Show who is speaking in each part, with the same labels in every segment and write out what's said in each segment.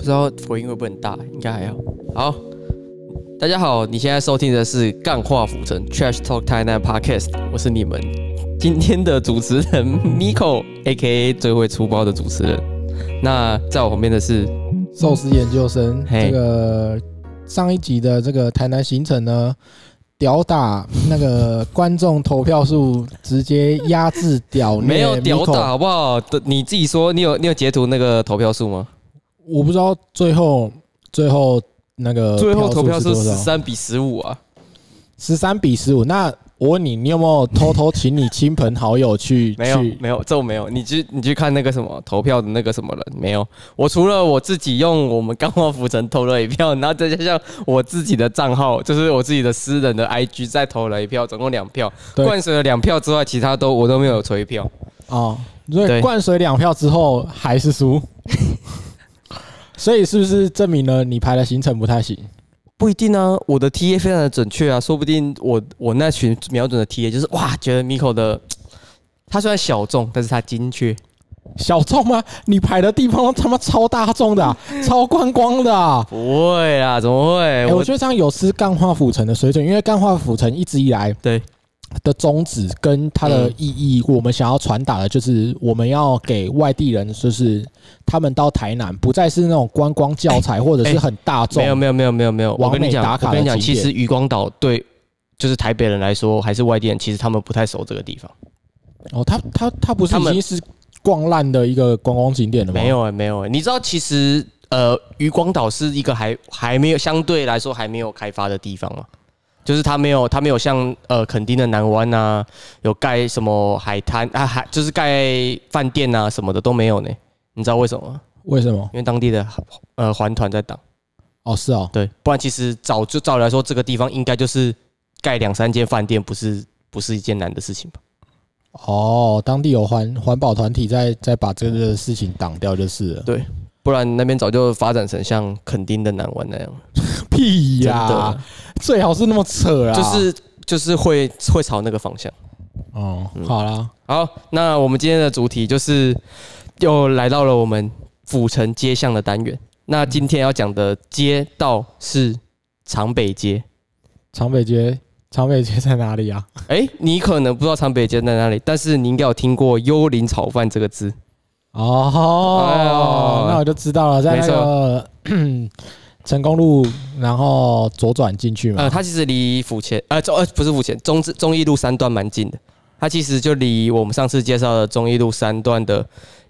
Speaker 1: 知道回音会不会很大，应该还好。好，大家好，你现在收听的是《干话浮城 Trash Talk Thailand Podcast》，我是你们今天的主持人 Miko，A.K.A 最会出包的主持人。那在我旁边的是，
Speaker 2: 寿司研究生
Speaker 1: 嘿
Speaker 2: 这个上一集的这个台南行程呢，屌打那个观众投票数直接压制屌虐
Speaker 1: 没有屌
Speaker 2: Miko
Speaker 1: 打好不好？你自己说，你有你有截图那个投票数吗？
Speaker 2: 我不知道最后最后那个
Speaker 1: 最后投票
Speaker 2: 呃是
Speaker 1: 数
Speaker 2: 多
Speaker 1: 十
Speaker 2: 少，
Speaker 1: 三比十五啊。
Speaker 2: 十三比十五。那我问你，你有没有偷偷请你亲朋好友 去
Speaker 1: 没有
Speaker 2: 去
Speaker 1: 没有，这我没有。你去你去看那个什么投票的那个什么人没有？我除了我自己用我们钢化浮城投了一票，然后再加上我自己的账号，就是我自己的私人的 IG 再投了一票，总共两票，
Speaker 2: 对
Speaker 1: 灌水了两票之外，其他都我都没有投一票。
Speaker 2: 哦，所
Speaker 1: 对
Speaker 2: 以灌水两票之后还 是输，所以是不是证明了你排的行程不太行？
Speaker 1: 不一定啊，我的 TA 非常的准确啊，说不定我我那群瞄准的 TA 就是哇，觉得 Miko 的，他虽然小众，但是他精确。
Speaker 2: 小众吗？你排的地方都他妈超大众的啊、超观光的、啊。
Speaker 1: 不会啊，怎么会？
Speaker 2: 哎、我觉得这样有失干化府城的水准，因为干化府城一直以来
Speaker 1: 对
Speaker 2: 的宗旨跟它的意义，我们想要传达的就是我们要给外地人，就是他们到台南不再是那种观光教材，或者是很大众。
Speaker 1: 哎没有没有没有没有没有，我
Speaker 2: 完
Speaker 1: 跟你
Speaker 2: 美打
Speaker 1: 讲，
Speaker 2: 卡
Speaker 1: 我
Speaker 2: 的
Speaker 1: 跟你讲，其
Speaker 2: 景点
Speaker 1: 实渔光岛对就是台北人来说，还是外地人，其实他们不太熟这个地方。
Speaker 2: 哦，他他他不是
Speaker 1: 他
Speaker 2: 已
Speaker 1: 们
Speaker 2: 经是逛烂的一个观光景点了吗？
Speaker 1: 没有哎、没有哎、你知道其实呃，渔光岛是一个还还没有相对来说还没有开发的地方嘛，就是它没有它没有像呃垦丁的南湾啊，有盖什么海滩啊海，就是盖饭店啊什么的都没有呢。你知道为什么吗？
Speaker 2: 为什么？
Speaker 1: 因为当地的呃环团在挡。
Speaker 2: 哦，是哦，
Speaker 1: 对，不然其实早就照理来说，这个地方应该就是盖两三间饭店，不是不是一件难的事情吧？
Speaker 2: 哦，当地有环环保团体在在把这个事情挡掉就是了。
Speaker 1: 不然那边早就发展成像垦丁的南湾那样，
Speaker 2: 屁
Speaker 1: 真
Speaker 2: 呀、
Speaker 1: 的，
Speaker 2: 最好是那么扯啊！
Speaker 1: 就是就是会会朝那个方向。
Speaker 2: 哦
Speaker 1: 嗯，
Speaker 2: 好啦，
Speaker 1: 好，那我们今天的主题就是又来到了我们府城街巷的单元。那今天要讲的街道是长北街。
Speaker 2: 长北街，长北街在哪里啊？
Speaker 1: 哎、你可能不知道长北街在哪里，但是你应该有听过“幽灵炒饭”这个字。哎呦
Speaker 2: 哦，那我就知道了，在那个 成功路，然后左转进去
Speaker 1: 呃，
Speaker 2: 嘛。
Speaker 1: 它其实离府前，呃，中呃不是府前，中中义路三段蛮近的。它其实就离我们上次介绍的中义路三段的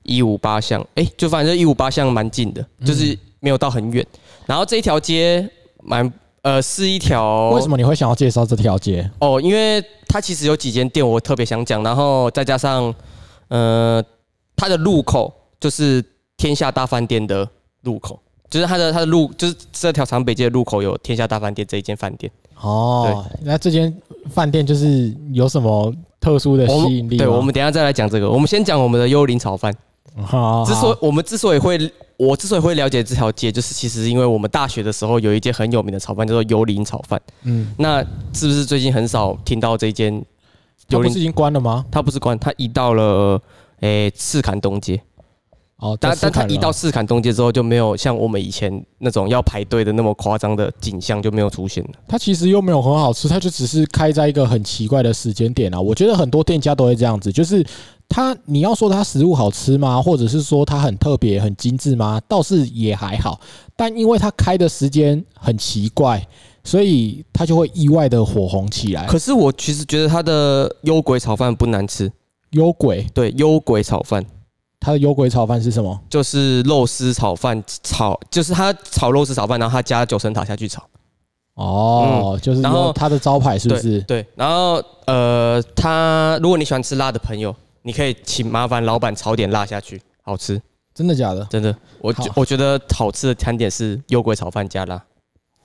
Speaker 1: 一五八巷，哎、就反正一五八巷蛮近的，
Speaker 2: 嗯
Speaker 1: 就是没有到很远。然后这一条街蛮呃是一条
Speaker 2: 为什么你会想要介绍这条街？
Speaker 1: 哦，因为它其实有几间店我特别想讲，然后再加上呃，它的路口就是天下大饭店的路口，就是它的它的路就是这条长北街的路口有天下大饭店这一间饭店。
Speaker 2: 哦，那这间饭店就是有什么特殊的
Speaker 1: 我们
Speaker 2: 吸引力吗？
Speaker 1: 对，我们等一下再来讲这个。我们先讲我们的幽灵炒饭。
Speaker 2: 好，
Speaker 1: 之所以
Speaker 2: 哦好
Speaker 1: 我们之所以会，我之所以会了解这条街，就是其实因为我们大学的时候有一间很有名的炒饭叫做幽灵炒饭。
Speaker 2: 嗯，
Speaker 1: 那是不是最近很少听到这间
Speaker 2: 它
Speaker 1: 幽
Speaker 2: 不
Speaker 1: 灵
Speaker 2: 是已经关了吗？
Speaker 1: 它不是关，它移到了诶赤坎东街。
Speaker 2: 哦，
Speaker 1: 但但
Speaker 2: 在
Speaker 1: 它
Speaker 2: 斯坎
Speaker 1: 移
Speaker 2: 了
Speaker 1: 到赤坎东街之后，就没有像我们以前那种要排队的那么夸张的景象就没有出现了。
Speaker 2: 它其实又没有很好吃，它就只是开在一个很奇怪的时间点啊。我觉得很多店家都会这样子，就是它你要说它食物好吃吗，或者是说它很特别、很精致吗，倒是也还好。但因为它开的时间很奇怪，所以它就会意外的火红起来。
Speaker 1: 可是我其实觉得它的幽鬼炒饭不难吃，
Speaker 2: 幽鬼，
Speaker 1: 对，幽鬼炒饭。
Speaker 2: 它的幽鬼炒饭是什么？
Speaker 1: 就是肉丝炒饭炒，就是他炒肉丝炒饭，然后他加九层塔下去炒。
Speaker 2: 哦，就是
Speaker 1: 嗯然后
Speaker 2: 幽它的招牌是不是？
Speaker 1: 对，然后呃，他如果你喜欢吃辣的朋友，你可以请麻烦老板炒点辣下去，好吃，
Speaker 2: 真的假的？
Speaker 1: 真的。我
Speaker 2: 好
Speaker 1: 觉我觉得好吃的餐点是幽鬼炒饭加辣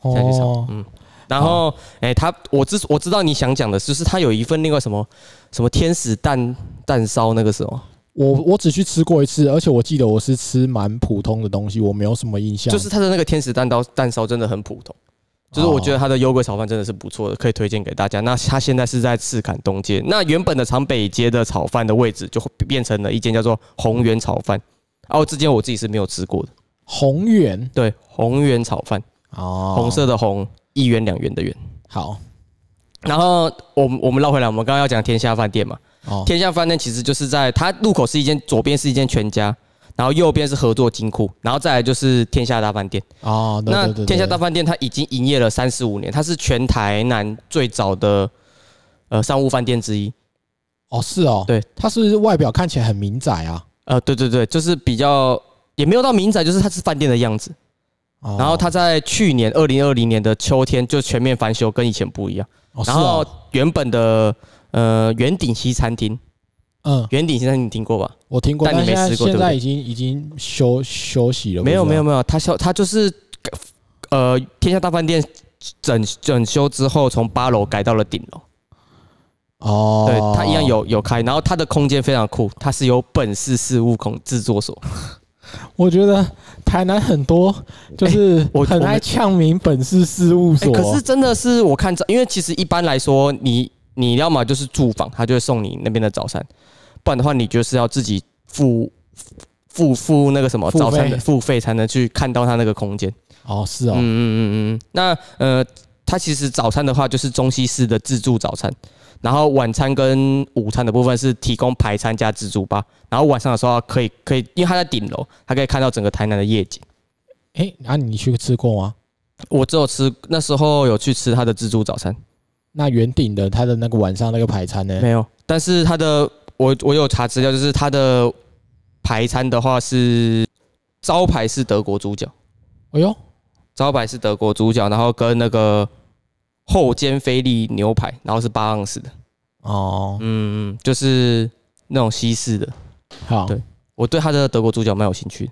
Speaker 1: 下去炒，
Speaker 2: 哦，
Speaker 1: 嗯。然后，哎、他我知我知道你想讲的，就是他有一份那个什么什么天使蛋蛋烧那个什么，
Speaker 2: 我我只去吃过一次，而且我记得我是吃蛮普通的东西，我没有什么印象。
Speaker 1: 就是他的那个天使蛋刀蛋烧真的很普通。就是我觉得它的优格炒饭真的是不错的，可以推荐给大家。那它现在是在赤坎东街，那原本的长北街的炒饭的位置就会变成了一间叫做红源炒饭。哦，这间我自己是没有吃过的，
Speaker 2: 宏源
Speaker 1: 对，红源炒饭，
Speaker 2: 哦，
Speaker 1: 红色的红，一元两元的元。
Speaker 2: 好
Speaker 1: 然后我们我们绕回来，我们刚刚要讲天下饭店嘛。
Speaker 2: 哦，
Speaker 1: 天下饭店其实就是在它路口是一间，左边是一间全家，然后右边是合作金库，然后再来就是天下大饭店。
Speaker 2: 哦，对
Speaker 1: 那
Speaker 2: 对对对
Speaker 1: 天下大饭店它已经营业了三十五年，它是全台南最早的呃商务饭店之一。
Speaker 2: 哦是哦，
Speaker 1: 对，
Speaker 2: 它是不是外表看起来很民宅啊？
Speaker 1: 呃，对对对，就是比较也没有到民宅，就是它是饭店的样子。
Speaker 2: 哦
Speaker 1: 然后它在去年二零二零年的秋天就全面翻修，跟以前不一样。
Speaker 2: 哦是
Speaker 1: 然后
Speaker 2: 哦，
Speaker 1: 原本的呃圆顶西餐厅，
Speaker 2: 嗯，
Speaker 1: 圆顶西餐厅你听过吧？
Speaker 2: 我听过，
Speaker 1: 但
Speaker 2: 但
Speaker 1: 你没
Speaker 2: 现在
Speaker 1: 吃过对
Speaker 2: 现
Speaker 1: 不
Speaker 2: 在
Speaker 1: 对
Speaker 2: 已经已经休休息了，
Speaker 1: 没有
Speaker 2: 不
Speaker 1: 没
Speaker 2: 是
Speaker 1: 有
Speaker 2: 吗
Speaker 1: 没有，它修它就是呃天下大饭店整整修之后，从八楼改到了顶楼。
Speaker 2: 哦，
Speaker 1: 对，它一样。有有开，然后它的空间非常酷，它是有本市事务孔制作所。
Speaker 2: 我觉得台南很多就是
Speaker 1: 哎我
Speaker 2: 很
Speaker 1: 我
Speaker 2: 爱
Speaker 1: 们
Speaker 2: 呛民本市事务
Speaker 1: 哎、
Speaker 2: 所，
Speaker 1: 可是真的是我看这，因为其实一般来说，你你要么就是住房，他就会送你那边的早餐，不然的话你就是要自己付付付那个什么
Speaker 2: 付费
Speaker 1: 早餐的付费才能去看到他那个空间。
Speaker 2: 哦是
Speaker 1: 嗯
Speaker 2: 哦，
Speaker 1: 嗯嗯嗯。那呃，它其实早餐的话就是中西式的自助早餐，然后晚餐跟午餐的部分是提供排餐加自助吧，然后晚上的时候啊可以可以，因为它在顶楼，它可以看到整个台南的夜景。
Speaker 2: 哎，那你去吃过吗？
Speaker 1: 我只有吃那时候有去吃它的自助早餐，
Speaker 2: 那圆顶的它的那个晚上那个排餐呢？
Speaker 1: 没有，但是它的我我有查资料，就是它的排餐的话是招牌是德国猪脚，
Speaker 2: 哎呦，
Speaker 1: 招牌是德国猪脚，然后跟那个后煎菲力牛排，然后是八盎司的。
Speaker 2: 哦，
Speaker 1: 嗯，就是那种西式的。
Speaker 2: 好
Speaker 1: 嗯对我对他的德国猪脚蛮有兴趣的。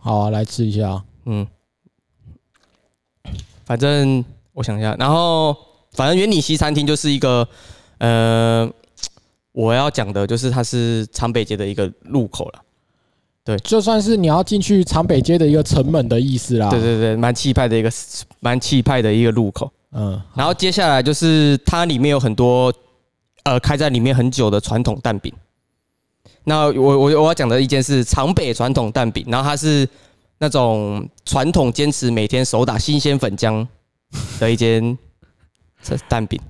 Speaker 2: 好啊，来吃一下。
Speaker 1: 嗯，反正我想一下，然后反正原里西餐厅就是一个，呃，我要讲的就是它是长北街的一个路口了。
Speaker 2: 就算是你要进去长北街的一个城门的意思啦。
Speaker 1: 对，对对，蛮气派的一个，蛮气派的一个路口。
Speaker 2: 嗯，
Speaker 1: 然后接下来就是它里面有很多呃开在里面很久的传统蛋饼。那我我我要讲的一件是长北传统蛋饼，然后它是那种传统坚持每天手打新鲜粉浆的一间这蛋饼。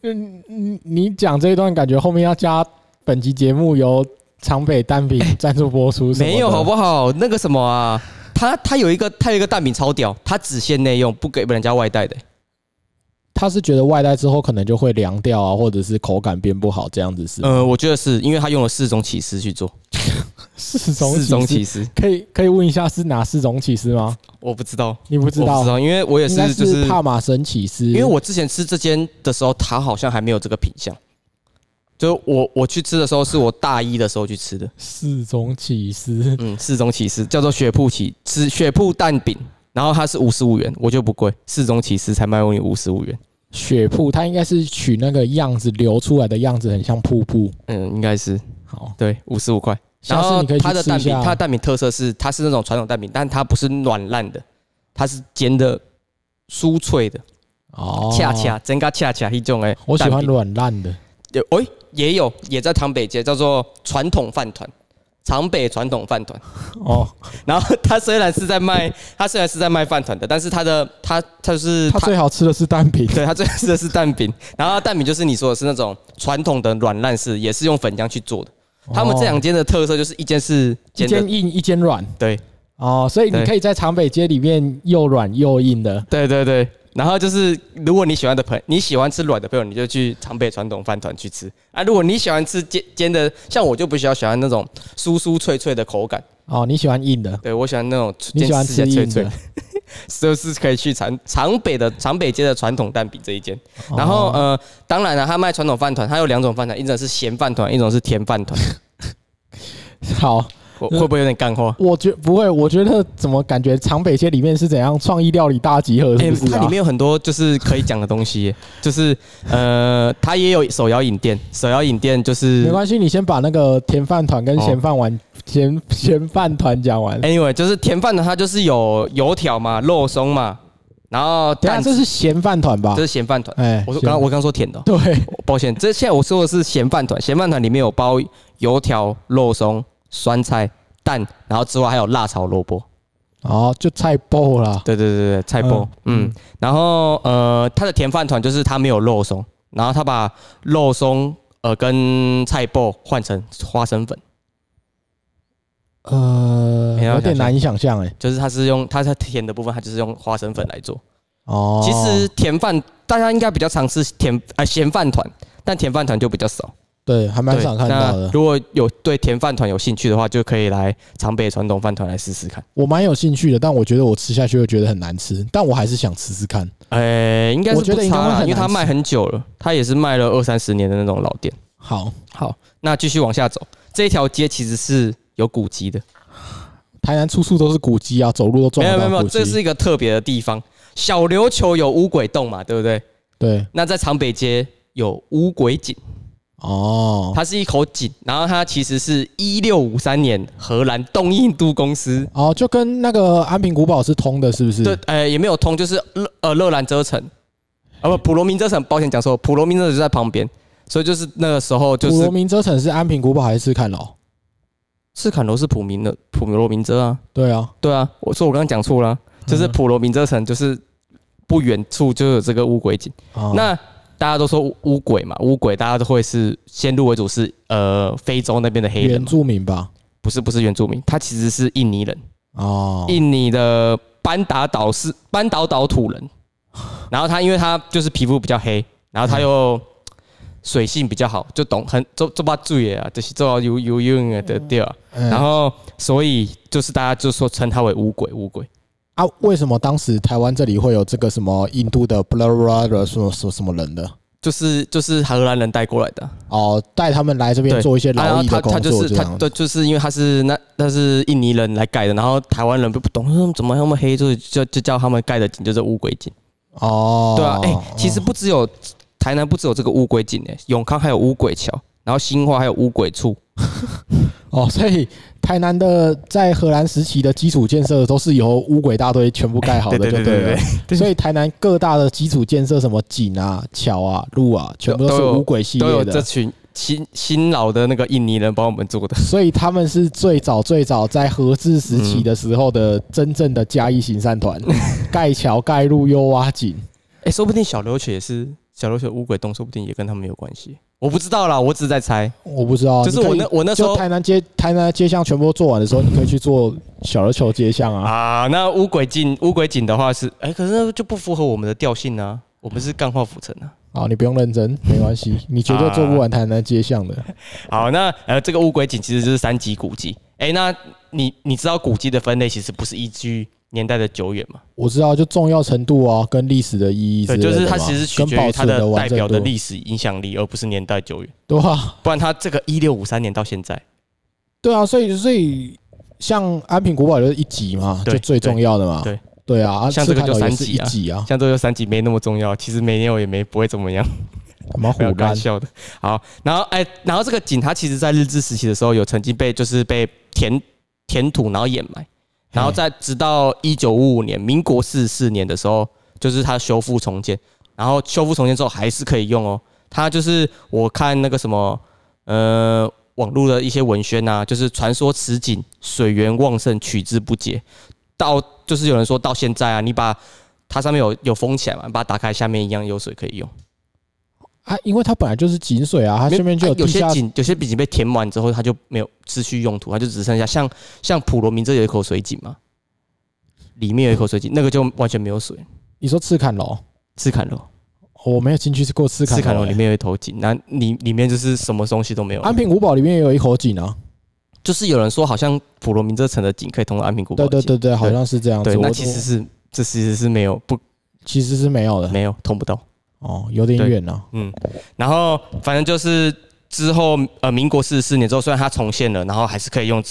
Speaker 2: 嗯嗯，你讲这一段感觉后面要加本集节目由长北蛋饼赞助播出 什么的，
Speaker 1: 哎没有好不好？那个什么啊，它它有一个它有一个蛋饼超屌，它只限内用，不给人家外带的、
Speaker 2: 他是觉得外带之后可能就会凉掉啊，或者是口感变不好这样子是吗？
Speaker 1: 呃，我觉得是因为它用了四种起司去做，
Speaker 2: 四种
Speaker 1: 四种
Speaker 2: 起
Speaker 1: 起
Speaker 2: 司，
Speaker 1: 司，
Speaker 2: 可以可以问一下是哪四种起司吗？
Speaker 1: 我不知道，
Speaker 2: 你不知
Speaker 1: 我不
Speaker 2: 道
Speaker 1: 知，道，因为我也
Speaker 2: 应该
Speaker 1: 是就是
Speaker 2: 帕玛森起司，
Speaker 1: 因为我之前吃这间的时候，它好像还没有这个品相。就我我去吃的时候，是我大一的时候去吃的。
Speaker 2: 四种起司
Speaker 1: 嗯，四种起司叫做雪铺起吃雪铺蛋饼，然后它是五十五元，我觉得不贵，四种起司才卖我你五十五元。
Speaker 2: 雪瀑，它应该是取那个样子流出来的样子，很像瀑布。
Speaker 1: 嗯，应该是
Speaker 2: 好，
Speaker 1: 对五十五块。然
Speaker 2: 下次
Speaker 1: 后
Speaker 2: 你可以去
Speaker 1: 它的
Speaker 2: 吃一
Speaker 1: 蛋饼，它
Speaker 2: 下
Speaker 1: 的。蛋饼特色是它是那种传统蛋饼，但它不是软烂的，它是煎的酥脆的，
Speaker 2: 哦
Speaker 1: 恰恰真噶恰恰一种哎，
Speaker 2: 我喜
Speaker 1: 蛋
Speaker 2: 欢
Speaker 1: 饼
Speaker 2: 软烂的。
Speaker 1: 有，哎、也有，也在唐北街，叫做传统饭团，长北传统饭团。
Speaker 2: 哦，
Speaker 1: 然后它虽然是在卖， 它虽然是在卖饭团的，但是它的它它就是
Speaker 2: 它最好吃的是蛋饼。
Speaker 1: 对它最吃的是蛋饼，然后蛋饼就是你说的是那种传统的软烂式，也是用粉浆去做的。他们这两
Speaker 2: 哦
Speaker 1: 间的特色就是一间是
Speaker 2: 一
Speaker 1: 煎的
Speaker 2: 间，硬一间软
Speaker 1: 对
Speaker 2: 哦，所以你
Speaker 1: 对
Speaker 2: 可以在长北街里面又软又硬的。
Speaker 1: 对对对。然后就是，如果你喜欢的朋你喜欢吃软的朋友，你就去长北传统饭团去吃啊。如果你喜欢吃煎煎的，像我就比较喜欢那种酥酥脆脆的口感。
Speaker 2: 哦，你喜欢硬的，
Speaker 1: 对，我喜欢那种
Speaker 2: 你喜欢
Speaker 1: 煎
Speaker 2: 吃
Speaker 1: 起来
Speaker 2: 硬
Speaker 1: 脆
Speaker 2: 的
Speaker 1: 脆，，就是可以去长长北的长北街的传统蛋饼这一间。然后
Speaker 2: 哦
Speaker 1: 呃，当然了，他卖传统饭团，他有两种饭团，一种是咸饭团，一种是甜饭 团。
Speaker 2: 好，
Speaker 1: 我会不会有点干 货？
Speaker 2: 我觉不会，我觉得怎么感觉长北街里面是怎样创意料理大集合，是
Speaker 1: 哎、
Speaker 2: 不是
Speaker 1: 它里
Speaker 2: 啊？
Speaker 1: 面有很多就是可以讲的东西耶，就是呃，它也有手摇饮店，手摇饮店就是
Speaker 2: 没关系，你先把那个甜饭团跟
Speaker 1: 哦哎
Speaker 2: 咸饭完咸咸饭团讲完。
Speaker 1: anyway，就是甜饭团它就是有油条嘛、肉松嘛，然后
Speaker 2: 等一
Speaker 1: 蛋
Speaker 2: 下这是咸饭团吧
Speaker 1: 这？是咸饭团。
Speaker 2: 哎，
Speaker 1: 我说刚刚
Speaker 2: 咸
Speaker 1: 我刚说甜的哦、
Speaker 2: 对
Speaker 1: 抱歉，这现在我说的是咸饭团，咸饭团里面有包油条、肉松、酸菜、蛋，然后之外还有辣炒萝卜。
Speaker 2: 哦，就菜包啦。
Speaker 1: 对对对对，菜包，嗯，然后呃，它的甜饭团就是它没有肉松，然后它把肉松呃跟菜包换成花生粉，
Speaker 2: 呃，
Speaker 1: 没有
Speaker 2: 有
Speaker 1: 想
Speaker 2: 点
Speaker 1: 象
Speaker 2: 难以想象哎。
Speaker 1: 就是它是用它在甜的部分，它就是用花生粉来做。
Speaker 2: 哦，
Speaker 1: 其实甜饭大家应该比较常吃甜啊、咸饭团，但甜饭团就比较少。
Speaker 2: 对，还蛮
Speaker 1: 对
Speaker 2: 想看到的
Speaker 1: 那。如果有对甜饭团有兴趣的话，就可以来长北传统饭团来试试看。
Speaker 2: 我蛮有兴趣的，但我觉得我吃下去会觉得很难吃，但我还是想吃吃看。
Speaker 1: 呃、应该是
Speaker 2: 我觉
Speaker 1: 不
Speaker 2: 得应该
Speaker 1: 差
Speaker 2: 会
Speaker 1: 啦，
Speaker 2: 很
Speaker 1: 因为它
Speaker 2: 难吃
Speaker 1: 卖很久了，它也是卖了二三十年的那种老店。
Speaker 2: 好，
Speaker 1: 好，那继续往下走，这一条街其实是有古迹的，
Speaker 2: 台南处处都是古迹啊，走路都撞
Speaker 1: 没
Speaker 2: 得
Speaker 1: 有没
Speaker 2: 到
Speaker 1: 有没有，
Speaker 2: 古迹
Speaker 1: 这是一个特别的地方。小琉球有乌鬼洞嘛，对不对？
Speaker 2: 对
Speaker 1: 那在长北街有乌鬼井，
Speaker 2: 哦
Speaker 1: 它是一口井，然后它其实是一六五三年荷兰东印度公司
Speaker 2: 哦，就跟那个安平古堡是通的，是不是？
Speaker 1: 对，呃，也没有通，就是勒呃勒兰遮城，
Speaker 2: 哎
Speaker 1: 啊不，普罗民遮城，抱歉讲错，普罗民遮城就在旁边，所以就是那个时候就
Speaker 2: 普罗
Speaker 1: 是
Speaker 2: 民遮城是安平古堡还是赤坎楼？
Speaker 1: 赤坎楼是普民的普罗民遮啊，
Speaker 2: 对啊，
Speaker 1: 对啊，我说我刚刚讲错了啊，就是
Speaker 2: 嗯
Speaker 1: 普罗民遮城就是不远处就有这个乌鬼井，
Speaker 2: 哦
Speaker 1: 那。大家都说乌乌鬼嘛，乌鬼大家都会是先入为主是呃非洲那边的黑人
Speaker 2: 原
Speaker 1: 嘛，
Speaker 2: 住民吧？
Speaker 1: 不是不是原住民，他其实是印尼人，
Speaker 2: 哦，
Speaker 1: 印尼的班达岛是班岛岛土人，然后他因为他就是皮肤比较黑，然后他又水性比较好，就懂很做做把水啊，就是做到游游泳的对对啊，
Speaker 2: 嗯
Speaker 1: 然后所以就是大家就说称他为乌鬼乌鬼，
Speaker 2: 啊，为什么当时台湾这里会有这个什么印度的 blah blah blah 什么什么什么人的？
Speaker 1: 就是就是荷兰人带过来的，
Speaker 2: 哦，带他们来这边
Speaker 1: 对
Speaker 2: 做一些
Speaker 1: 啊然
Speaker 2: 劳
Speaker 1: 后
Speaker 2: 役
Speaker 1: 他
Speaker 2: 的工
Speaker 1: 他就
Speaker 2: 作，
Speaker 1: 是
Speaker 2: 这
Speaker 1: 他
Speaker 2: 样。
Speaker 1: 对，就是因为他是那他是印尼人来盖的，然后台湾人不不懂嗯怎么那么黑，就就就叫他们盖的井就是乌鬼井。
Speaker 2: 哦，
Speaker 1: 对啊，哎、其实不只有台南，不只有这个乌鬼井哎、永康还有乌鬼桥，然后新化还有乌鬼处。
Speaker 2: 哦，所以台南的在荷兰时期的基础建设都是由乌鬼大队全部盖好的，就对了。
Speaker 1: 对
Speaker 2: 所以台南各大的基础建设，什么井啊、桥啊、路啊，全部都是
Speaker 1: 都有
Speaker 2: 乌鬼系
Speaker 1: 都有
Speaker 2: 列
Speaker 1: 这
Speaker 2: 的。
Speaker 1: 群新新老的那个印尼人帮我们做的。
Speaker 2: 所以他们是最早最早在和治时期的时候的真正的嘉义行善 团，盖桥、盖路又挖井。
Speaker 1: 哎、说不定小琉球也是小琉球乌鬼洞，说不定也跟他们有关系。哦我不知道啦，我只是在猜。
Speaker 2: 我不知道，
Speaker 1: 就是
Speaker 2: 你可
Speaker 1: 我
Speaker 2: 以
Speaker 1: 那我那时
Speaker 2: 就
Speaker 1: 候
Speaker 2: 台南街台南的街巷全部都做完的时候，你可以去做小琉球街巷啊。
Speaker 1: 啊，那乌鬼井乌鬼井的话是，哎、可是那就不符合我们的调性啊。我们是干化浮城啊。
Speaker 2: 好，你不用认真，没关系，你绝对做不完台南街巷的。
Speaker 1: 好，那呃，这个乌鬼井其实就是三级古迹。哎、那你你知道古迹的分类其实不是依据年代的久远吗？
Speaker 2: 我知道，就重要程度哦，跟历史的意义
Speaker 1: 对，
Speaker 2: 之类的
Speaker 1: 就
Speaker 2: 嘛，
Speaker 1: 是它其实取
Speaker 2: 跟
Speaker 1: 决
Speaker 2: 保
Speaker 1: 于它
Speaker 2: 存的
Speaker 1: 代
Speaker 2: 完整
Speaker 1: 表
Speaker 2: 度
Speaker 1: 的历史影响力，而不是年代久远。
Speaker 2: 对啊，
Speaker 1: 不然它这个一六五三年到现在，
Speaker 2: 对啊，所以所以像安平古堡就是一级嘛，
Speaker 1: 对
Speaker 2: 就最重要的嘛，
Speaker 1: 对
Speaker 2: 对啊，啊
Speaker 1: 像这个就
Speaker 2: 赤坎楼
Speaker 1: 三
Speaker 2: 也是
Speaker 1: 级
Speaker 2: 一
Speaker 1: 啊
Speaker 2: 级啊，
Speaker 1: 像这个三级没那么重要，其实没有也没不会怎么样，
Speaker 2: 蛮
Speaker 1: 不要
Speaker 2: 虎
Speaker 1: 开
Speaker 2: 干
Speaker 1: 玩笑的。好，然后哎，然后这个井它其实在日治时期的时候有曾经被就是被填填土然后掩埋，然后再直到一九五五年民国四十四年的时候，就是它修复重建，然后修复重建之后还是可以用哦。它就是我看那个什么呃网络的一些文宣啊，就是传说此景水源旺盛，取之不竭。到就是有人说到现在啊，你把它上面有有封起来嘛，你把它打开，下面一样有水可以用。
Speaker 2: 啊，因为它本来就是井水啊，它
Speaker 1: 没
Speaker 2: 下面
Speaker 1: 啊
Speaker 2: 就有
Speaker 1: 有
Speaker 2: 地
Speaker 1: 些
Speaker 2: 下，
Speaker 1: 井，有些井被填满之后，它就没有失去用途，它就只剩下像像普罗民这有一口水井嘛，里面有一口水井，那个就完全没有水。
Speaker 2: 你说赤坎楼，
Speaker 1: 赤坎楼，
Speaker 2: 我没有进去过赤
Speaker 1: 赤
Speaker 2: 坎
Speaker 1: 坎楼
Speaker 2: 楼
Speaker 1: 里
Speaker 2: 欸。
Speaker 1: 面有一头井，那里里面就是什么东西都没有。
Speaker 2: 安平古堡里面也有一口井啊，
Speaker 1: 就是有人说，好像普罗民这城的井可以通到安平古堡
Speaker 2: 对
Speaker 1: 的
Speaker 2: 对
Speaker 1: 井。
Speaker 2: 对对，好像是这样子。
Speaker 1: 对，那
Speaker 2: 我
Speaker 1: 其实是这其实是没有不
Speaker 2: 其实是没有的，
Speaker 1: 没有通不到。
Speaker 2: 哦，有点
Speaker 1: 对
Speaker 2: 远啊。
Speaker 1: 嗯，然后反正就是之后呃，民国四十四年之后，虽然它重现了，然后还是可以用，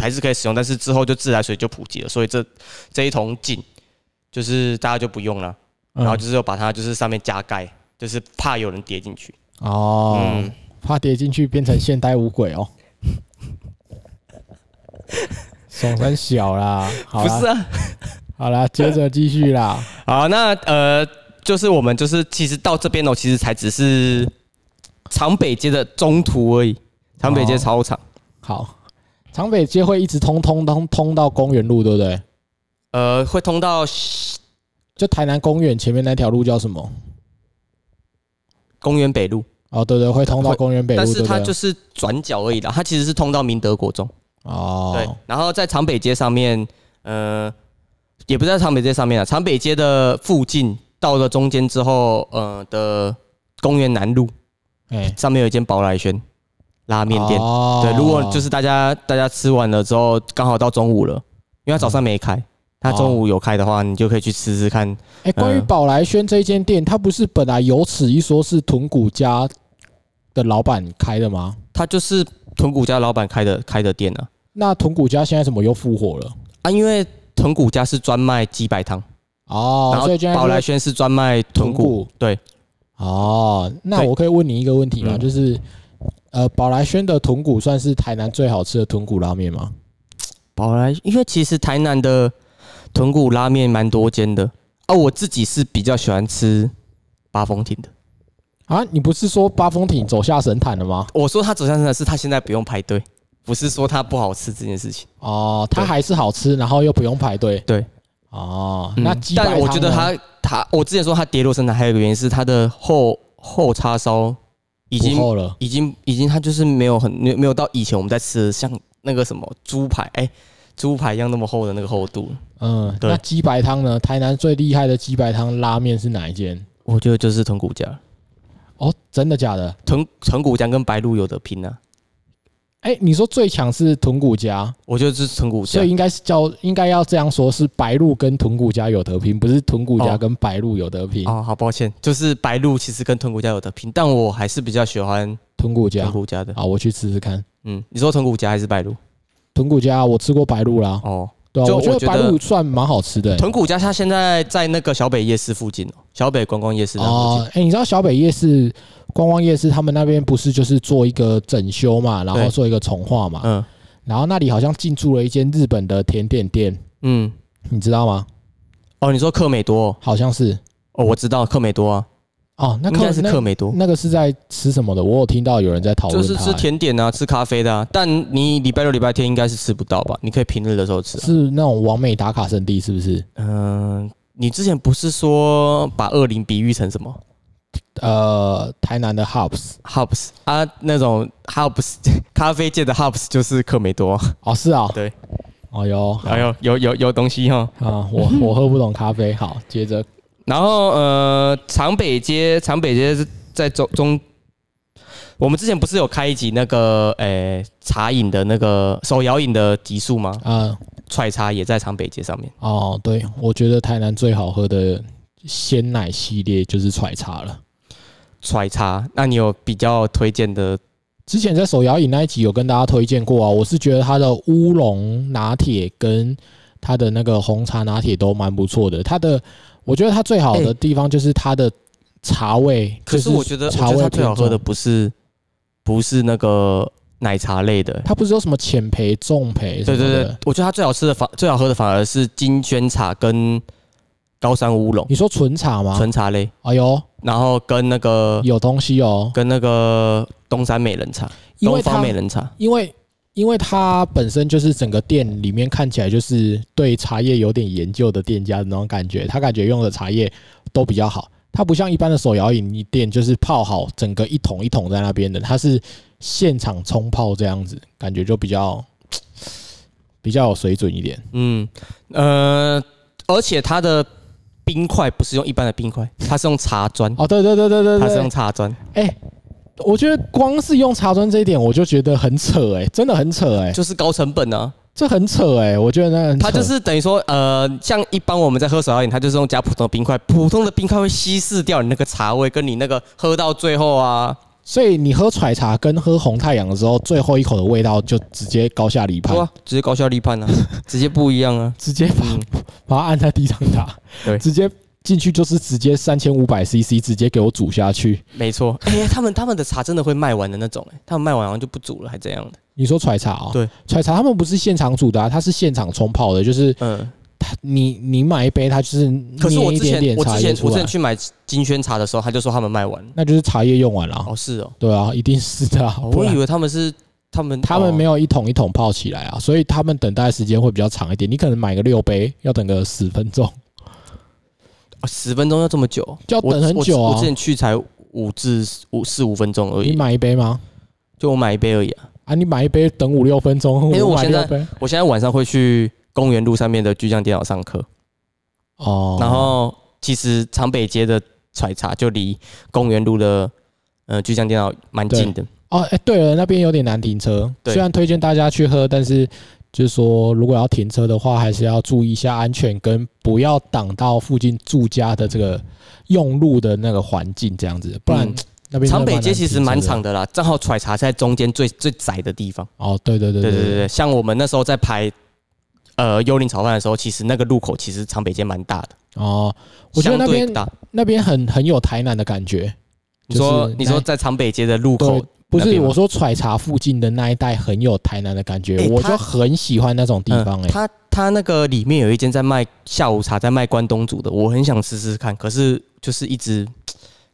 Speaker 1: 还是可以使用，但是之后就自来水就普及了，所以这这一桶井就是大家就不用了，然后
Speaker 2: 嗯
Speaker 1: 就是又把它就是上面加盖，就是怕有人跌进去。
Speaker 2: 哦
Speaker 1: 嗯，，
Speaker 2: 怕跌进去变成现代五鬼 哦。耸很小啦，好
Speaker 1: 不
Speaker 2: 啦
Speaker 1: 是，啊，
Speaker 2: 好啦，接着继续啦。
Speaker 1: 好，那呃，就是我们就是其实到这边哦，其实才只是长北街的中途而已，长北街
Speaker 2: 哦
Speaker 1: 操场。
Speaker 2: 好，长北街会一直通通通通到公园路，对不对？
Speaker 1: 呃，会通到
Speaker 2: 就台南公园前面那条路叫什么？
Speaker 1: 公园北路，
Speaker 2: 哦，对对，会通到
Speaker 1: 会
Speaker 2: 公园北路，
Speaker 1: 但是
Speaker 2: 对不
Speaker 1: 它
Speaker 2: 对
Speaker 1: 就是转角而已啦，它其实是通到明德国中。对
Speaker 2: 哦，，
Speaker 1: 然后在长北街上面，呃，也不是在长北街上面啊，长北街的附近到了中间之后，呃的公园南路
Speaker 2: 哎，
Speaker 1: 上面有一间宝来轩拉面店。
Speaker 2: 哦
Speaker 1: 对，如果就是大家大家吃完了之后，刚好到中午了，因为他早上没开，他中午有开的话，你就可以去吃吃看。
Speaker 2: 哎，关于
Speaker 1: 嗯
Speaker 2: 宝来轩这一间店，它不是本来有此一说是豚骨家的老板开的吗？
Speaker 1: 他就是豚骨家老板开的开的店啊，
Speaker 2: 那豚骨家现在怎么又复活了？
Speaker 1: 啊，因为豚骨家是专卖鸡白汤，
Speaker 2: 哦
Speaker 1: 然，后
Speaker 2: 所以现在
Speaker 1: 宝来
Speaker 2: 就是
Speaker 1: 轩是专卖豚骨，对，
Speaker 2: 哦，那
Speaker 1: 对
Speaker 2: 我可以问你一个问题吗？
Speaker 1: 嗯
Speaker 2: 就是呃，宝来轩的豚骨算是台南最好吃的豚骨拉面吗？
Speaker 1: 宝来，因为其实台南的豚骨拉面蛮多间的啊，我自己是比较喜欢吃八风亭的。
Speaker 2: 啊，你不是说八风亭走下神坛了吗？
Speaker 1: 我说他走向真的是他现在不用排队，不是说他不好吃这件事情。
Speaker 2: 哦，它
Speaker 1: 对
Speaker 2: 还是好吃，然后又不用排队。
Speaker 1: 对，
Speaker 2: 哦，
Speaker 1: 嗯
Speaker 2: 那鸡白
Speaker 1: 但我觉得
Speaker 2: 汤呢
Speaker 1: 他他，我之前说他跌落神坛，还有一个原因是他的后后叉烧已
Speaker 2: 不
Speaker 1: 经
Speaker 2: 厚了
Speaker 1: 已经已经，他就是没有很没有没有到以前我们在吃的像那个什么猪排，哎、猪排一样那么厚的那个厚度。
Speaker 2: 嗯，
Speaker 1: 对
Speaker 2: 那鸡白汤呢？台南最厉害的鸡白汤拉面是哪一间？
Speaker 1: 我觉得就是豚骨酱，
Speaker 2: 哦，真的假的？
Speaker 1: 豚豚骨酱跟白鹿有的拼啊，
Speaker 2: 哎、你说最强是豚骨家，
Speaker 1: 我觉得就是豚骨酱
Speaker 2: 所以。应该是叫应该要这样说，是白鹿跟豚骨家有得拼，不是豚骨家
Speaker 1: 哦
Speaker 2: 跟白鹿有得拼。
Speaker 1: 哦，好抱歉，就是白鹿其实跟豚骨酱有的拼，但我还是比较喜欢
Speaker 2: 豚骨家
Speaker 1: 豚骨酱的。
Speaker 2: 啊，我去吃吃看。
Speaker 1: 嗯，你说豚骨酱还是白鹿？
Speaker 2: 豚骨家我吃过白鹿啦，
Speaker 1: 哦，
Speaker 2: 对啊，
Speaker 1: 就
Speaker 2: 我觉
Speaker 1: 我
Speaker 2: 得
Speaker 1: 觉
Speaker 2: 白
Speaker 1: 得
Speaker 2: 鹿算蛮好吃的、欸。
Speaker 1: 豚骨酱它现在在那个小北夜市附近哦，小北观光夜市那附
Speaker 2: 哦，
Speaker 1: 近。
Speaker 2: 哎、你知道小北夜市、观光夜市他们那边不是就是做一个整修嘛，然后
Speaker 1: 对
Speaker 2: 做一个重化嘛，
Speaker 1: 嗯
Speaker 2: 然后那里好像进驻了一间日本的甜点店，
Speaker 1: 嗯，
Speaker 2: 你知道吗？
Speaker 1: 哦，你说克美多哦，
Speaker 2: 好像是
Speaker 1: 哦我知道克美多啊，
Speaker 2: 哦，那
Speaker 1: 应该
Speaker 2: 克
Speaker 1: 是
Speaker 2: 那
Speaker 1: 克美多，
Speaker 2: 那个是在吃什么的？我有听到有人在讨
Speaker 1: 就
Speaker 2: 论它、
Speaker 1: 是吃
Speaker 2: 欸
Speaker 1: 甜点啊，吃咖啡的啊。但你礼拜六、礼拜天应该是吃不到吧？你可以平日的时候吃啊。
Speaker 2: 是那种完美打卡圣地，是不是？
Speaker 1: 嗯，你之前不是说把二林比喻成什么
Speaker 2: 呃，台南的 Hubs
Speaker 1: ？Hubs 啊，那种 Hubs 咖啡界的 Hubs 就是克美多啊。
Speaker 2: 哦，是啊、
Speaker 1: 对，
Speaker 2: 哦哟，
Speaker 1: 哎呦，有有有东西哈。
Speaker 2: 啊，我我喝不懂咖啡，好，接着
Speaker 1: 然后呃，长北街，长北街是在中中，我们之前不是有开一集那个诶、茶饮的那个手摇饮的集数吗？
Speaker 2: 啊、
Speaker 1: 踹茶也在长北街上面。
Speaker 2: 哦，对，我觉得台南最好喝的鲜奶系列就是揣茶了。
Speaker 1: 踹茶，那你有比较推荐的？
Speaker 2: 之前在手摇饮那一集有跟大家推荐过啊，我是觉得它的乌龙拿铁跟它的那个红茶拿铁都蛮不错的。它的我觉得它最好的
Speaker 1: 哎
Speaker 2: 地方就是它的茶味，
Speaker 1: 可是
Speaker 2: 就
Speaker 1: 我觉得，我
Speaker 2: 茶
Speaker 1: 觉
Speaker 2: 味
Speaker 1: 得它最好
Speaker 2: 偏重
Speaker 1: 喝的不是不是那个奶茶类的。
Speaker 2: 它不是有什么浅焙、重焙什
Speaker 1: 对
Speaker 2: 么
Speaker 1: 对
Speaker 2: 的？
Speaker 1: 对，我觉得它最好吃的反最好喝的反而是金萱茶跟高山乌龙
Speaker 2: 你说纯茶吗？
Speaker 1: 纯茶类，
Speaker 2: 哎呦，
Speaker 1: 然后跟那个
Speaker 2: 有东西哦，
Speaker 1: 跟那个东山美人茶。
Speaker 2: 因为
Speaker 1: 东方
Speaker 2: 它
Speaker 1: 美人茶，
Speaker 2: 因为因为它本身就是整个店里面看起来就是对茶叶有点研究的店家的那种感觉，他感觉用的茶叶都比较好。它不像一般的手摇饮店，就是泡好整个一桶一桶在那边的，它是现场冲泡这样子，感觉就比较比较有水准一点。
Speaker 1: 嗯，呃，而且它的冰块不是用一般的冰块，它是用茶砖，
Speaker 2: 哦，对对对对对
Speaker 1: 嗯它
Speaker 2: 对，
Speaker 1: 是用茶砖。
Speaker 2: 哎、我觉得光是用茶砖这一点，我就觉得很扯哎、真的很扯哎、
Speaker 1: 就是高成本啊，
Speaker 2: 这很扯哎、我觉得那很扯
Speaker 1: 它就是等于说，呃，像一般我们在喝手摇饮，它就是用加普通的冰块，普通的冰块会稀释掉你那个茶味，跟你那个喝到最后啊，
Speaker 2: 所以你喝揣茶跟喝红太阳的时候，最后一口的味道就直接高下立判，
Speaker 1: 哇，直接高效立 判啊，直接不一样啊。
Speaker 2: 直接把、
Speaker 1: 嗯，
Speaker 2: 把它按在地上打，
Speaker 1: 对
Speaker 2: 直接进去就是直接三千五百 CC，直接给我煮下去。
Speaker 1: 没错， 哎、他们他们的茶真的会卖完的那种、哎，他们卖完好像就不煮了，还这样的。
Speaker 2: 你说揣茶哦？
Speaker 1: 对，
Speaker 2: 揣茶他们不是现场煮的、啊，它是现场冲泡的，就是
Speaker 1: 嗯，
Speaker 2: 你你买一杯，它就是
Speaker 1: 可是我
Speaker 2: 捏一
Speaker 1: 之
Speaker 2: 点
Speaker 1: 前
Speaker 2: 点
Speaker 1: 我
Speaker 2: 茶
Speaker 1: 之前
Speaker 2: 叶
Speaker 1: 我
Speaker 2: 出
Speaker 1: 之
Speaker 2: 来
Speaker 1: 前，去买金萱茶的时候，他就说他们卖完了。
Speaker 2: 那就是茶叶用完了啊。
Speaker 1: 哦，是哦。
Speaker 2: 对啊，一定是的、啊，
Speaker 1: 哦
Speaker 2: 不
Speaker 1: 我
Speaker 2: 然
Speaker 1: 以为他们是他们哦
Speaker 2: 他们没
Speaker 1: 有
Speaker 2: 有一桶一桶泡起来
Speaker 1: 哦
Speaker 2: 啊，所以他们等待时间会比较长一点。你可能买个六杯，要等个十分钟，
Speaker 1: 十分钟要这么久，
Speaker 2: 就要
Speaker 1: 我
Speaker 2: 等很
Speaker 1: 我
Speaker 2: 久
Speaker 1: 我
Speaker 2: 啊
Speaker 1: 之。前去才五至五四五分钟而
Speaker 2: 你
Speaker 1: 已，
Speaker 2: 买一杯吗？
Speaker 1: 就我买一杯而已啊。
Speaker 2: 啊，你买一杯等五六分钟，
Speaker 1: 因为我
Speaker 2: 买
Speaker 1: 现在
Speaker 2: 六杯
Speaker 1: 我现在晚上会去公园路上面的巨匠电脑上课，
Speaker 2: 哦，
Speaker 1: 然后其实长北街的采茶就离公园路的呃巨匠电脑蛮近的，
Speaker 2: 哦，哎、对了，那边有点难停车。
Speaker 1: 对
Speaker 2: 虽然推荐大家去喝，但是就是说，如果要停车的话，还是要注意一下安全，跟不要挡到附近住家的这个用路的那个环境，这样子，不然、
Speaker 1: 嗯
Speaker 2: 那边真
Speaker 1: 长
Speaker 2: 的
Speaker 1: 北
Speaker 2: 蛮
Speaker 1: 街
Speaker 2: 难
Speaker 1: 其实
Speaker 2: 停车
Speaker 1: 蛮
Speaker 2: 的
Speaker 1: 长的啦，正好采茶在中间最最窄的地方。
Speaker 2: 哦，对对对
Speaker 1: 对
Speaker 2: 对
Speaker 1: 对对对，像我们那时候在拍呃幽灵炒饭的时候，其实那个路口其实长北街蛮大的，
Speaker 2: 哦，我觉
Speaker 1: 相
Speaker 2: 得那
Speaker 1: 对
Speaker 2: 边
Speaker 1: 大。
Speaker 2: 那边很很有台南的感觉。
Speaker 1: 你说
Speaker 2: 就是
Speaker 1: 你说在长北街的路口嗯
Speaker 2: 对，不
Speaker 1: 那
Speaker 2: 是
Speaker 1: 边吗
Speaker 2: 我说，采茶附近的那一带很有台南的感觉，
Speaker 1: 哎
Speaker 2: 我
Speaker 1: 它嗯
Speaker 2: 就很喜欢那种地方、哎、
Speaker 1: 他他那个里面有一间在卖下午茶，在卖关东煮的，我很想试试看，可是就是一直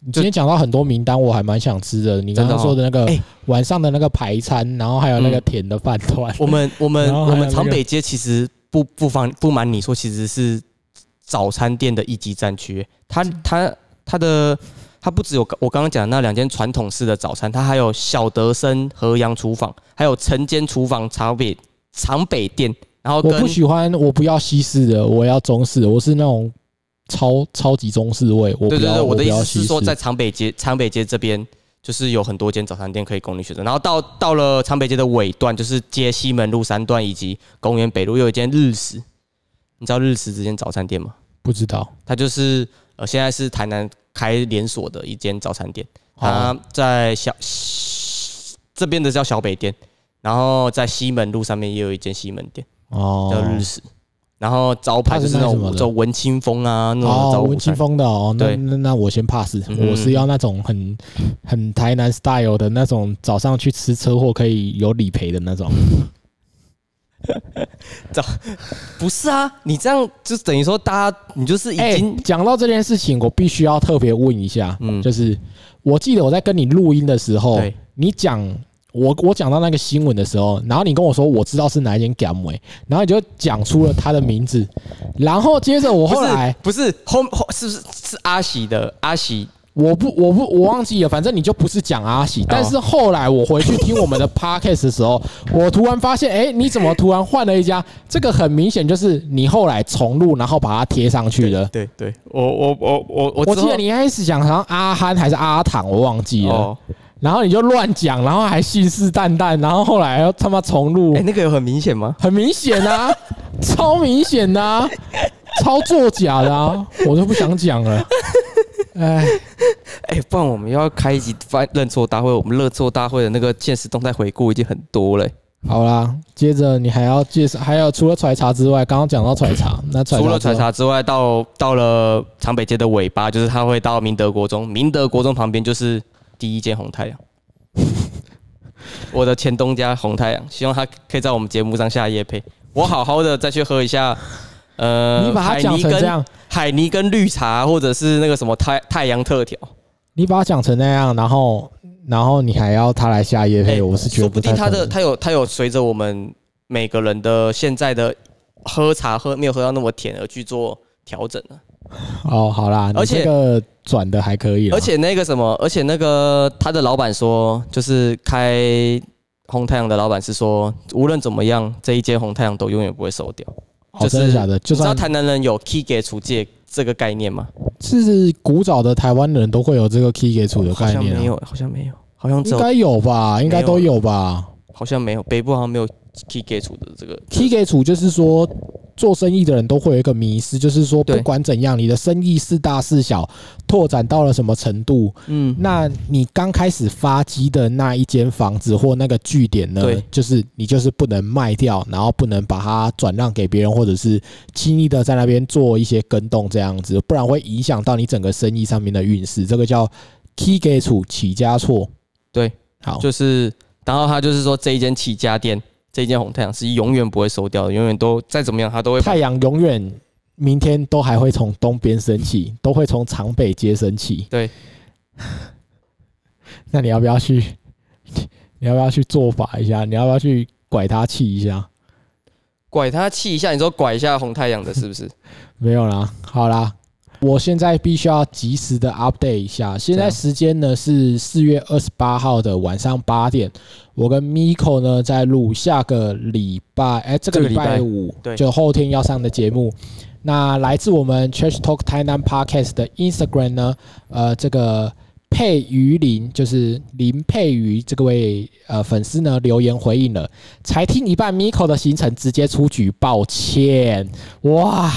Speaker 2: 你今天讲到很多名单，我还蛮想吃的。你刚
Speaker 1: 真
Speaker 2: 刚
Speaker 1: 的哦
Speaker 2: 说的那个、
Speaker 1: 哎
Speaker 2: 晚上的那个排餐，然后还有那个
Speaker 1: 嗯
Speaker 2: 甜的饭 团，
Speaker 1: 我们我们
Speaker 2: 然后还有
Speaker 1: 我们
Speaker 2: 那个
Speaker 1: 长北街其实不不方不瞒你说，其实是早餐店的一级战区。它它它的它不只有我刚刚讲的那两间传统式的早餐，它还有小德生河阳厨房，还有晨间厨房长北长北店，然后
Speaker 2: 我
Speaker 1: 跟
Speaker 2: 不喜欢，我不要西式的，我要中式的，我是那种超超级中式味，我不
Speaker 1: 对
Speaker 2: 要
Speaker 1: 对对，
Speaker 2: 我
Speaker 1: 我的
Speaker 2: 不
Speaker 1: 意
Speaker 2: 要
Speaker 1: 思
Speaker 2: 西
Speaker 1: 是
Speaker 2: 式
Speaker 1: 说，在长北街长北街这边。就是有很多间早餐店可以供你选择，然后到到了长北街的尾段，就是接西门路三段以及公园北路，又有一间日食。你知道日食这间早餐店吗？
Speaker 2: 不知道。
Speaker 1: 它就是呃，现在是台南开连锁的一间早餐店，
Speaker 2: 哦
Speaker 1: 它在小这边的叫小北店，然后在西门路上面也有一间西门店叫
Speaker 2: 哦
Speaker 1: 日食，然后招牌就是那
Speaker 2: 它是卖什么
Speaker 1: 种
Speaker 2: 的
Speaker 1: 走文青风啊那种
Speaker 2: 哦
Speaker 1: 招，
Speaker 2: 文青风的哦，那
Speaker 1: 对
Speaker 2: 那那我先 pass，
Speaker 1: 嗯
Speaker 2: 我是要那种很很台南 style 的那种，早上去吃车祸可以有理赔的那种。
Speaker 1: 不是啊，你这样就等于说大家你就是已
Speaker 2: 哎
Speaker 1: 经、，
Speaker 2: 讲到这件事情，我必须要特别问一下，
Speaker 1: 嗯
Speaker 2: 就是我记得我在跟你录音的时候，
Speaker 1: 对
Speaker 2: 你讲我我讲到那个新闻的时候，然后你跟我说我知道是哪一间 gam 然后你就讲出了他的名字，然后接着我
Speaker 1: 不
Speaker 2: 后
Speaker 1: 是
Speaker 2: 来
Speaker 1: 嗯不是后后是不是是阿喜的阿喜
Speaker 2: 我不我不我忘记了，反正你就不是讲阿
Speaker 1: 哦
Speaker 2: 喜，但是后来我回去听我们的 podcast 的时候，我突然发现，哎、你怎么突然换了一家？这个很明显就是你后来重录，然后把它贴上去的。
Speaker 1: 对对，我我我我我
Speaker 2: 我
Speaker 1: 之
Speaker 2: 记得
Speaker 1: 后
Speaker 2: 你一开始讲好像阿憨还是阿唐，我忘记了。
Speaker 1: 哦，
Speaker 2: 然后你就乱讲，然后还信誓旦旦，然后后来又他妈重录，
Speaker 1: 哎、那个有很明显吗？
Speaker 2: 很明显 啊，超明显的、啊，超作假的啊，我都不想讲了。哎，
Speaker 1: 哎、不然我们要开一集翻认错大会，我们认错大会的那个现实动态回顾已经很多了、欸
Speaker 2: 好啦，接着你还要介绍，还有除了采茶之外，刚刚讲到采茶，那采茶
Speaker 1: 除了
Speaker 2: 之后
Speaker 1: 采，茶之外，到到了长北街的尾巴，就是他会到明德国中，明德国中旁边就是第一间红 太阳。我的前东家红太阳，希望他可以在我们节目上下夜配，我好好的再去喝一下。呃，
Speaker 2: 你把它讲成这样，
Speaker 1: 海泥跟海泥跟绿茶，或者是那个什么太太阳特调，
Speaker 2: 你把它讲成那样，然后然后你还要他来下夜配，
Speaker 1: 哎
Speaker 2: 我是觉
Speaker 1: 说
Speaker 2: 得
Speaker 1: 不
Speaker 2: 太
Speaker 1: 定他
Speaker 2: 可
Speaker 1: 的
Speaker 2: 能。
Speaker 1: 他有他有随着我们每个人的现在的喝茶喝没有喝到那么甜而去做调整啊了。
Speaker 2: 哦，好啦，你
Speaker 1: 而且
Speaker 2: 这个转的还可以啦，
Speaker 1: 而且那个什么，而且那个他的老板说，就是开红太阳的老板是说，无论怎么样，这一间红太阳都永远不会收掉。
Speaker 2: 哦真的假的，就
Speaker 1: 你知道
Speaker 2: 算
Speaker 1: 台南人有 key 给出借这个概念吗？
Speaker 2: 是古早的台湾人都会有这个 key 给主的
Speaker 1: 好
Speaker 2: 概
Speaker 1: 像
Speaker 2: 念、
Speaker 1: 没
Speaker 2: 啊，
Speaker 1: 有，好像没有，好像只
Speaker 2: 应
Speaker 1: 有
Speaker 2: 该有吧？应该都有吧
Speaker 1: 好像没有，北部好像没有 key 给出的这个。
Speaker 2: ？key 给主就是说，做生意的人都会有一个迷失，就是说
Speaker 1: 对
Speaker 2: 不管怎样，你的生意是大是小，拓展到了什么程度，
Speaker 1: 嗯，
Speaker 2: 那你刚开始发迹的那一间房子或那个据点呢
Speaker 1: 对，
Speaker 2: 就是你就是不能卖掉，然后不能把它转让给别人，或者是轻易的在那边做一些跟动这样子，不然会影响到你整个生意上面的运势。这个叫 key 给主起家错。
Speaker 1: 对，
Speaker 2: 好，
Speaker 1: 就是，然后他就是说这一间起家店，这一间红太阳是永远不会收掉的，永远都再怎么样，他都会把
Speaker 2: 太阳永远明天都还会从东边升起，都会从长 北街升起。
Speaker 1: 对，
Speaker 2: 那你要不要去？你要不要去做法一下？你要不要去拐他气一下？
Speaker 1: 拐他气一下，你说拐一下红太阳的是不是？
Speaker 2: 没有啦，好啦，我现在必须要及时的 update 一下。现
Speaker 1: 怎
Speaker 2: 在
Speaker 1: 样
Speaker 2: 时间呢是四月二十八号的晚上八点，我跟 Miko 呢在录下个礼拜，哎、这个
Speaker 1: 这个
Speaker 2: 礼
Speaker 1: 礼拜
Speaker 2: 拜五，
Speaker 1: 对
Speaker 2: 就后天要上的节目。那来自我们 Church Talk 台南 Podcast 的 Instagram 呢，呃，这个佩瑜林就是林佩瑜这位呃粉丝呢留言回应了，才听一半 Miko 的行程直接出局，抱歉，哇，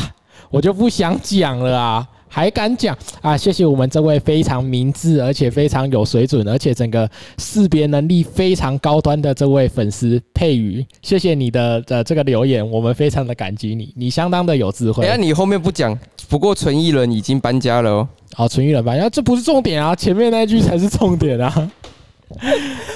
Speaker 2: 我就不想讲了啊。还敢讲啊！谢谢我们这位非常明智，而且非常有水准，而且整个识别能力非常高端的这位粉丝佩瑜，谢谢你的呃这个留言，我们非常的感激你，你相当的有智慧
Speaker 1: 等一。下哎你后面不讲，不过纯艺人已经搬家了哦。
Speaker 2: 好，纯艺人吧，然后这不是重点啊，前面那一句才是重点啊。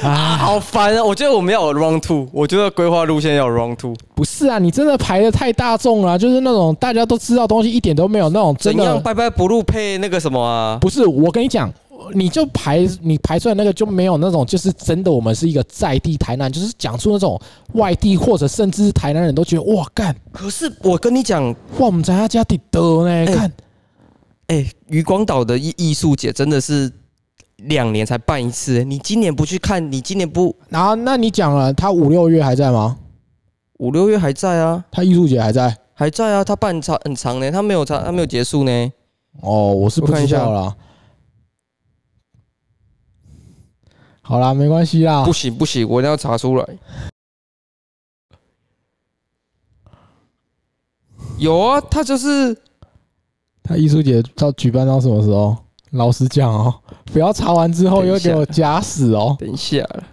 Speaker 2: 啊，
Speaker 1: 好烦啊！我觉得我们要有 round two，我觉得规划路线要有 round two。
Speaker 2: 不是啊，你真的排的太大众了啊、就是那种大家都知道东西，一点都没有那种真
Speaker 1: 怎样
Speaker 2: 的。
Speaker 1: 拜拜不录配那个什么啊？
Speaker 2: 不是，我跟你讲，你就排你排出来那个就没有那种，就是真的我们是一个在地台南，就是讲出那种外地或者甚至是台南人都觉得哇干
Speaker 1: 可是我跟你讲，
Speaker 2: 哇我们在他家底的呢，看
Speaker 1: 哎、渔光岛的艺艺术节真的是两年才办一次、你今年不去看，你今年不
Speaker 2: 然后那你讲了，他五六月还在吗？
Speaker 1: 五六月还在啊？
Speaker 2: 他艺术节还在？
Speaker 1: 还在啊，他办长很长呢，他没有长，他没有结束呢。
Speaker 2: 哦，我是不
Speaker 1: 我看一
Speaker 2: 知
Speaker 1: 下
Speaker 2: 道啦。好啦，没关系啦
Speaker 1: 不。行不行，我一定要查出来。有啊，他就是
Speaker 2: 他艺术节到举办到什么时候？老实讲哦，不要查完之后
Speaker 1: 等一
Speaker 2: 又
Speaker 1: 下
Speaker 2: 给我假死哦。
Speaker 1: 等一下啦，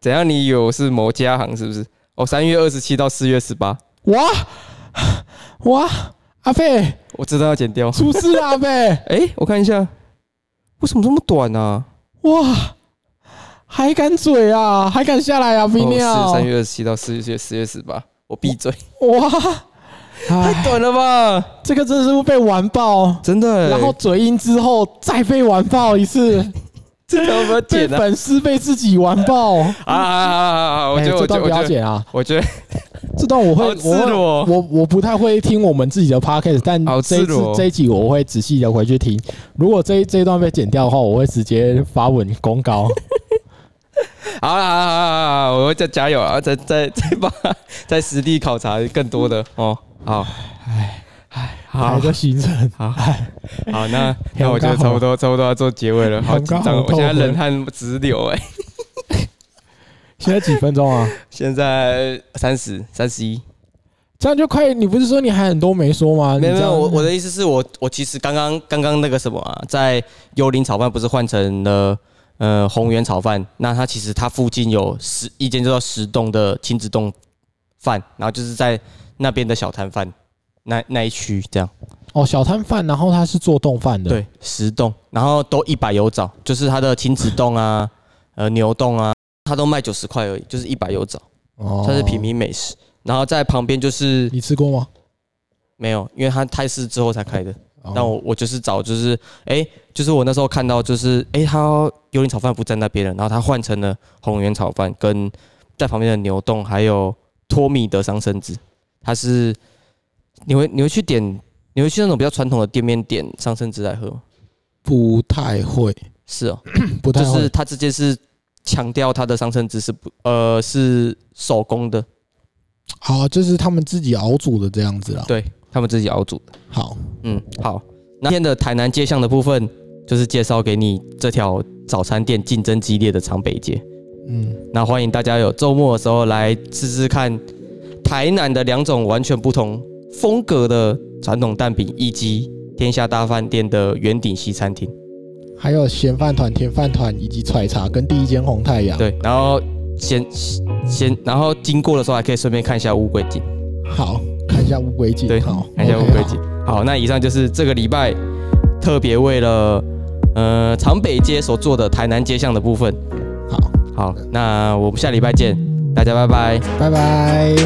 Speaker 1: 怎样？你有是某家行是不是？哦，三月二十七到四月十八，
Speaker 2: 哇哇，阿贝
Speaker 1: 我知道要剪掉。
Speaker 2: 出事了，阿贝
Speaker 1: 哎、我看一下，为什么这么短啊？
Speaker 2: 哇，还敢嘴啊，还敢下来啊，
Speaker 1: 哦
Speaker 2: 泌
Speaker 1: 是
Speaker 2: 尿
Speaker 1: 三月二十七到四月四月十八，我闭嘴，
Speaker 2: 哇，
Speaker 1: 太
Speaker 2: 哎，
Speaker 1: 短了吧？
Speaker 2: 这个真是被完爆。
Speaker 1: 真的、欸，
Speaker 2: 然后嘴硬之后再被完爆一次，
Speaker 1: 这条不要
Speaker 2: 被
Speaker 1: 剪啊！
Speaker 2: 粉丝被自己完爆。
Speaker 1: 啊啊啊啊啊！我
Speaker 2: 哎
Speaker 1: 觉得，
Speaker 2: 这
Speaker 1: 我觉
Speaker 2: 段
Speaker 1: 得，我
Speaker 2: 不要
Speaker 1: 觉得，
Speaker 2: 剪啊！
Speaker 1: 我觉得
Speaker 2: 这段我会
Speaker 1: 好赤裸
Speaker 2: 我会我我不太会听我们自己的 podcast，但
Speaker 1: 好
Speaker 2: 这一
Speaker 1: 赤
Speaker 2: 次
Speaker 1: 裸
Speaker 2: 这一集我会仔细的回去听。如果这一这一段被剪掉的话，我会直接发文公告。
Speaker 1: 好了，好了，好了，我会再加油啊！再再再把再实地考察更多的哦。好，
Speaker 2: 哎，
Speaker 1: 哎，
Speaker 2: 排
Speaker 1: 好，
Speaker 2: 个行程，
Speaker 1: 好，好， 那那我觉得差不多，差不多要做结尾了，好紧
Speaker 2: 啊很
Speaker 1: 张
Speaker 2: 高
Speaker 1: 哦，
Speaker 2: 好
Speaker 1: 我
Speaker 2: 痛
Speaker 1: 现在
Speaker 2: 苦
Speaker 1: 冷汗直流哎。
Speaker 2: 现在几分钟啊？
Speaker 1: 现在三十三十一，
Speaker 2: 这样就快，你不是说你还很多没说吗？
Speaker 1: 没有
Speaker 2: 你
Speaker 1: 没
Speaker 2: 这
Speaker 1: 有，
Speaker 2: 样嗯
Speaker 1: 我我的意思是我我其实刚刚刚刚那个什么啊，在幽灵炒饭不是换成了呃红源炒饭，那它其实它附近有十一间叫十栋的亲子冻饭，然后就是在那边的小摊贩那那一区这样，
Speaker 2: 哦小摊贩，然后他是做冻饭的，，
Speaker 1: 对，十栋，然后都一百油枣，就是它的亲子冻 啊，呃牛冻啊，它都卖九十块而已，就是一百油枣，
Speaker 2: 哦
Speaker 1: 它是平。民美食，然后在旁边就是
Speaker 2: 你吃过 吗？
Speaker 1: 没有，因为它泰式之后才开的。
Speaker 2: 哦
Speaker 1: 那我我就是找就是哎、就是我那时候看到就是哎、他幽灵炒饭不在那边了，然后他换成了红源炒饭跟在旁边的牛冻，还有托米德桑葚子，它是你会你会去点你会去那种比较传统的店面点桑葚子来喝吗？
Speaker 2: 不太会，
Speaker 1: 是哦，
Speaker 2: 不太
Speaker 1: 就
Speaker 2: 会
Speaker 1: 是。它直接是强调它的桑葚子是不呃是手工的，
Speaker 2: 好，哦就是他们自己熬煮的这样子啦。
Speaker 1: 对他们自己熬煮的。
Speaker 2: 好，
Speaker 1: 嗯，好，那今天的台南街巷的部分就是介绍给你这条早餐店竞争激烈的长北街。
Speaker 2: 嗯，
Speaker 1: 那欢迎大家有周末的时候来试试看台南的两种完全不同风格的传统蛋饼，以及天下大饭店的圆顶西餐厅。
Speaker 2: 还有咸饭团、甜饭团以及菜茶跟第一间红太阳。，
Speaker 1: 对，然后先先，然后经过的时候还可以顺便看一下乌龟井。
Speaker 2: 好看一下乌龟镜。
Speaker 1: 对
Speaker 2: 好，
Speaker 1: 看一下乌
Speaker 2: OK，
Speaker 1: 龟
Speaker 2: 好
Speaker 1: 井。好，那以上就是这个礼拜特别为了呃长北街所做的台南街巷的部分。
Speaker 2: 好，
Speaker 1: 好，那我们下礼拜见，大家拜拜。
Speaker 2: 拜拜。哎、